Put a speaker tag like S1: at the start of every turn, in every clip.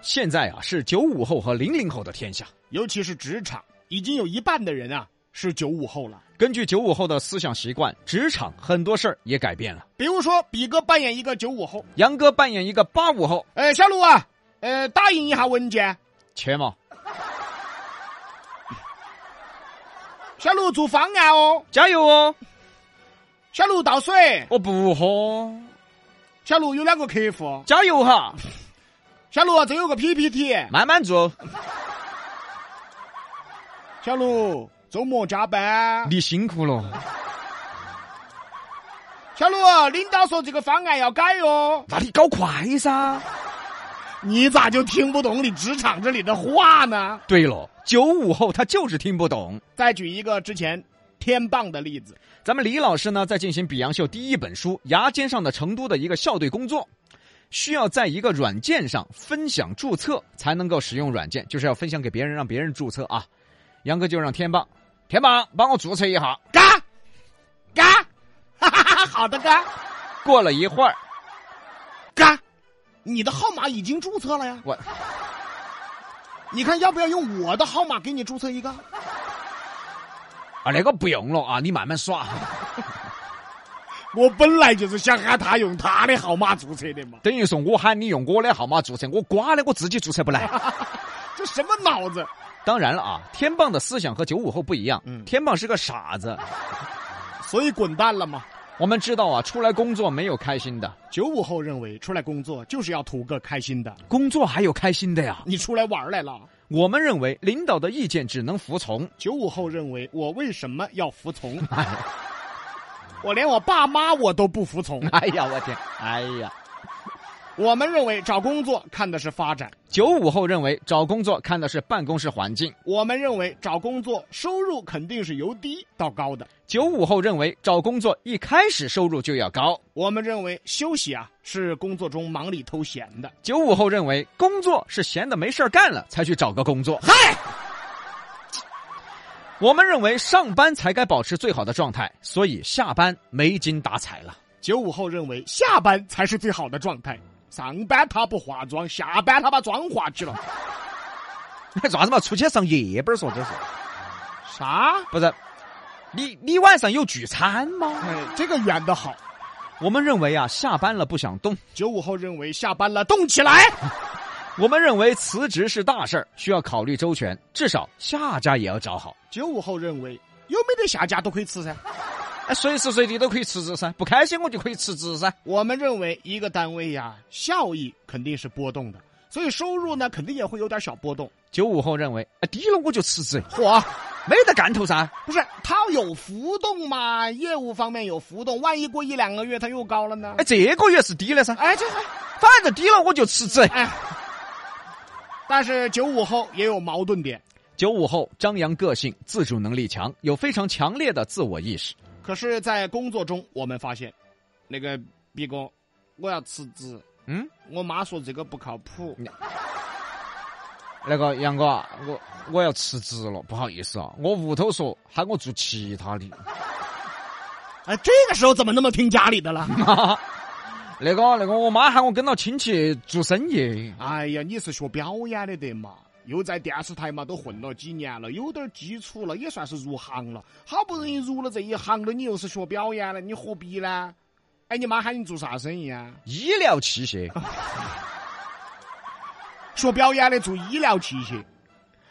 S1: 现在啊，是九五后和零零后的天下。
S2: 尤其是职场，已经有一半的人啊是九五后了。
S1: 根据九五后的思想习惯，职场很多事儿也改变了。
S2: 比如说，比哥扮演一个九五后，
S1: 杨哥扮演一个八五后，
S2: 哎，小卢啊，呃，打印一下文件。
S1: 切嘛，
S2: 小卢做方案哦，
S1: 加油哦！
S2: 小卢倒水，
S1: 我哦不哦喝，
S2: 小卢有两个客户，
S1: 加油哈，
S2: 小卢啊这有个 PPT，
S1: 慢慢做。
S2: 小卢周末加班，
S1: 你辛苦了，
S2: 小卢啊领导说这个方案要改哦，
S1: 那你搞快噻。
S2: 你咋就听不懂你职场这里的话呢？
S1: 对了，九五后他就是听不懂。
S2: 再举一个之前天棒的例子，
S1: 咱们李老师呢，在进行《比洋秀》第一本书《牙尖上的成都》的一个校对工作，需要在一个软件上分享注册才能够使用软件，就是要分享给别人，让别人注册啊。杨哥就让天棒，天棒帮我注册一下。
S2: 嘎，嘎， 哈哈哈，好的嘎，
S1: 过了一会儿，
S2: 嘎，你的号码已经注册了呀，
S1: 我
S2: 你看要不要用我的号码给你注册一个？
S1: 啊那个不用了啊，你慢慢耍。
S2: 我本来就是想喊他用他的号码注册的嘛，
S1: 等于说我喊你用我的号码注册，我瓜的我自己注册不来。
S2: 这什么脑子？
S1: 当然了啊，天棒的思想和九五后不一样，
S2: 嗯
S1: 天棒是个傻子。
S2: 所以滚蛋了嘛。
S1: 我们知道啊，出来工作没有开心的，
S2: 九五后认为出来工作就是要图个开心的，
S1: 工作还有开心的呀。
S2: 你出来玩儿来了。
S1: 我们认为领导的意见只能服从，
S2: 九五后认为我为什么要服从？ 我连我爸妈我都不服从。
S1: 哎呀，我天，哎呀！
S2: 我们认为找工作看的是发展，
S1: 九五后认为找工作看的是办公室环境，
S2: 我们认为找工作收入肯定是由低到高的，
S1: 九五后认为找工作一开始收入就要高，
S2: 我们认为休息啊是工作中忙里偷闲的。
S1: 九五后认为工作是闲的没事儿干了才去找个工作。
S2: 嗨，
S1: 我们认为上班才该保持最好的状态，所以下班没精打采了。
S2: 九五后认为下班才是最好的状态，上班他不化妆，下班他把妆化去了。
S1: 那咋子嘛？出去上夜班儿说这是
S2: 啥？
S1: 不是？你你晚上有聚餐吗？
S2: 哎，这个圆的好。
S1: 我们认为啊，下班了不想动。
S2: 九五后认为下班了动起来。
S1: 我们认为辞职是大事儿，需要考虑周全，至少下家也要找好。
S2: 九五后认为有没得下家都可以吃噻。
S1: 哎，随时随地都可以辞职噻，不开心我就可以辞职噻。
S2: 我们认为一个单位呀，效益肯定是波动的，所以收入呢肯定也会有点小波动。
S1: 九五后认为，哎，低了我就辞职，
S2: 嚯，
S1: 没得干头噻。
S2: 不是它有浮动嘛？业务方面有浮动，万一过一两个月它又高了呢
S1: 哎，？这个月是低了噻，
S2: 哎，这
S1: 反正低了我就辞职。
S2: 哎，但是九五后也有矛盾点，
S1: 九五后张扬个性，自主能力强，有非常强烈的自我意识。
S2: 可是，在工作中我们发现，那个毕哥，我要辞职。
S1: 嗯，
S2: 我妈说这个不靠谱。
S1: 那个杨哥啊，我我要辞职了，不好意思啊，我屋头说喊我做其他的。
S2: 哎，这个时候怎么那么听家里的了？
S1: 那个那个，我妈喊我跟到亲戚做生意。
S2: 哎呀，你是学表演的得嘛？又在电视台嘛，都混了几年了，有点基础了，也算是入行了。好不容易入了这一行了，你又是学表演的，你何必呢？哎，你妈喊你做啥生意啊？
S1: 医疗器械，
S2: 学表演的做医疗器械。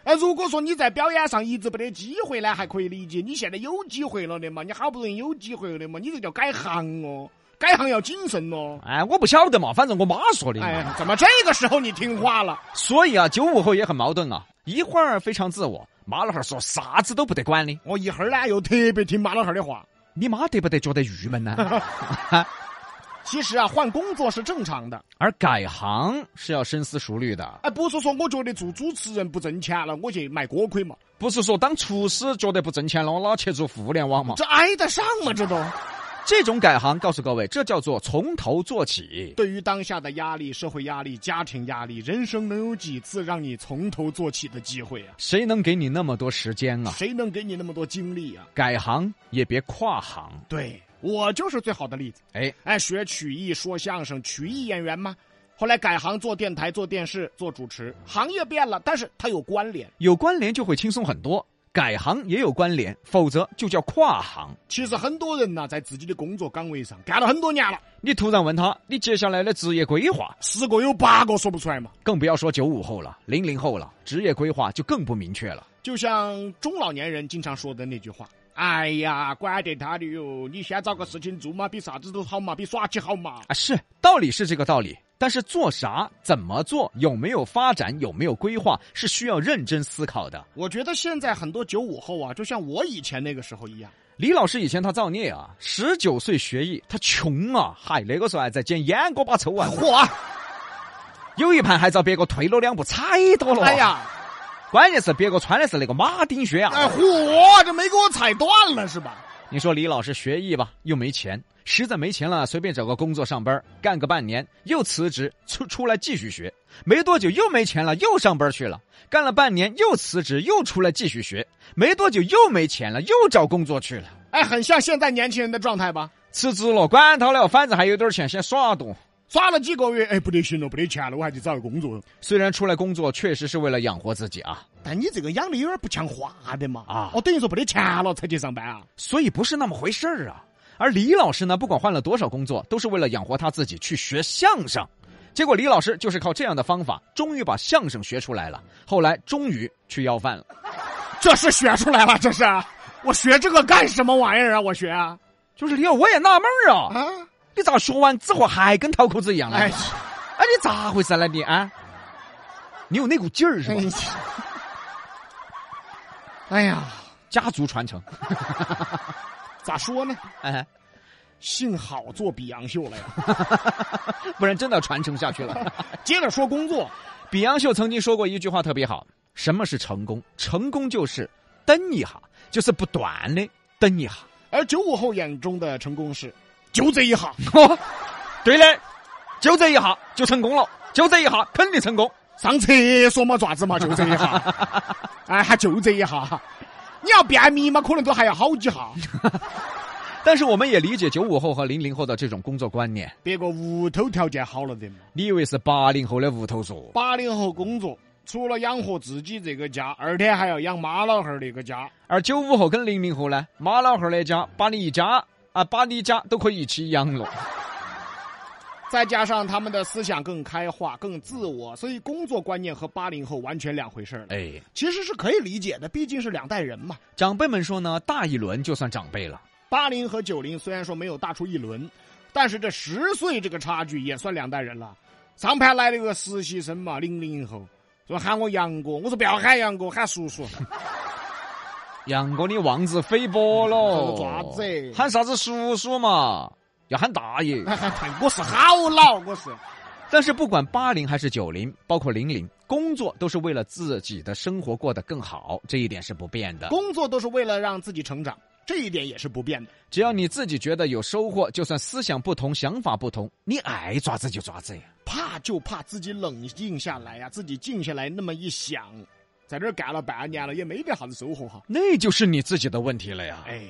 S2: 哎，如果说你在表演上一直没得机会呢，还可以理解。你现在有机会了的嘛，你好不容易有机会了的嘛，你这叫改行哦，改行要谨慎哦。
S1: 哎，我不晓得嘛，反正我妈说的嘛。
S2: 哎，怎么这个时候你听话了？
S1: 所以啊，九五后也很矛盾啊，一会儿非常自我，妈老汉儿说啥子都不得管的，
S2: 我一会儿呢又特别听马老汉儿的话。
S1: 你妈得不得觉得郁闷呢？
S2: 其实啊，换工作是正常的。
S1: 而改行是要深思熟虑的，
S2: 哎，不是说我觉得做主持人不挣钱了，我去卖锅盔嘛，
S1: 不是说当厨师觉得不挣钱了，我老去做互联网嘛。
S2: 这挨得上吗？这都
S1: 这种改行，告诉各位，这叫做从头做起。
S2: 对于当下的压力、社会压力、家庭压力，人生能有几次让你从头做起的机会啊？
S1: 谁能给你那么多时间啊？
S2: 谁能给你那么多精力啊？
S1: 改行也别跨行。
S2: 对我就是最好的例子。
S1: 哎，
S2: 哎，学曲艺、说相声，曲艺演员吗？后来改行做电台、做电视、做主持，行业变了，但是它有关联。
S1: 有关联就会轻松很多。改行也有关联，否则就叫跨行。
S2: 其实很多人呐、在自己的工作岗位上干了很多年了，
S1: 你突然问他，你接下来的职业规划，
S2: 十个有八个说不出来嘛。
S1: 更不要说九五后了、零零后了，职业规划就更不明确了。
S2: 就像中老年人经常说的那句话：“哎呀，管得他的哟！你先找个事情做嘛，比啥子都好嘛，比耍起好嘛。
S1: 啊，是道理是这个道理，但是做啥、怎么做、有没有发展、有没有规划，是需要认真思考的。”
S2: 我觉得现在很多九五后啊，就像我以前那个时候一样，
S1: 李老师以前他造孽啊，十九岁学艺，他穷啊，嗨，那个时候还在捡烟锅巴抽啊，
S2: 嚯！
S1: 有一盘还遭别个推了两步，踩到了。啊
S2: 哎，呀，
S1: 关键是别个穿的是那个马丁靴啊。
S2: 哎嚯，这没给我踩断了是吧？
S1: 你说李老师学艺吧，又没钱，实在没钱了，随便找个工作上班，干个半年，又辞职出出来继续学，没多久又没钱了，又上班去了，干了半年又辞职，又出来继续学，没多久又没钱了，又找工作去了，
S2: 哎，很像现在年轻人的状态吧？
S1: 辞职了，管他了，反正还有点钱，先耍动。
S2: 耍了几个月，哎，不得行了，不得钱了，我还得找个工作。
S1: 虽然出来工作确实是为了养活自己啊，
S2: 但你这个养的有点不像话的嘛
S1: 啊
S2: 哦，等于说没得钱了才去上班啊？
S1: 所以不是那么回事儿啊。而李老师呢，不管换了多少工作，都是为了养活他自己去学相声。结果李老师就是靠这样的方法，终于把相声学出来了。后来终于去要饭了。
S2: 这是学出来了，这是我学这个干什么玩意儿啊？我学啊
S1: 就是李老，我也纳闷儿啊，
S2: 啊！
S1: 你咋学完之后还跟掏口子一样呢？
S2: 哎
S1: 哎，，你咋回事呢你啊？你有那股劲儿是吧？
S2: 哎呀，
S1: 家族传承，
S2: 咋说呢？
S1: 哎，
S2: 幸好做比洋秀了呀。
S1: 不然真的要传承下去了。
S2: 接着说工作，
S1: 比洋秀曾经说过一句话特别好：什么是成功？成功就是蹬一下，就是不断的蹬一下。
S2: 而九五后眼中的成功是，就这一行。
S1: 哦，对的，就这一下就成功了，就这一下肯定成功。
S2: 上厕所嘛，爪子嘛，就这一下，哎，还就这一下。你要便秘嘛，可能都还要好几下。
S1: 但是我们也理解九五后和零零后的这种工作观念，
S2: 别个屋头条件好了的嘛，
S1: 你以为是八零后的无头说？
S2: 八零后工作，除了养活自己这个家，二天还要养妈老汉儿那个家。
S1: 而九五后跟零零后呢，妈老汉儿的家把你一家啊，把你一家都可以一起养了。
S2: 再加上他们的思想更开化、更自我，所以工作观念和八零后完全两回事儿了。
S1: 哎，
S2: 其实是可以理解的，毕竟是两代人嘛。
S1: 长辈们说呢，大一轮就算长辈了。
S2: 八零和九零虽然说没有大出一轮，但是这十岁这个差距也算两代人了。上盘来了个实习生嘛，零零后，说喊我杨哥，我说不要喊杨哥，喊叔叔。
S1: 杨哥，你妄自菲薄喽！
S2: 喊啥子
S1: 喊啥子叔叔嘛？要喊大爷。
S2: 哎我是好老，我是。
S1: 但是不管八零还是九零，包括零零，工作都是为了自己的生活过得更好，这一点是不变的。
S2: 工作都是为了让自己成长，这一点也是不变的。
S1: 只要你自己觉得有收获，就算思想不同、想法不同，你爱爪子就爪子呀。
S2: 怕就怕自己冷静下来呀、自己静下来那么一想，在这儿干了半年了，也没得啥子收获哈。
S1: 那就是你自己的问题了呀。
S2: 哎，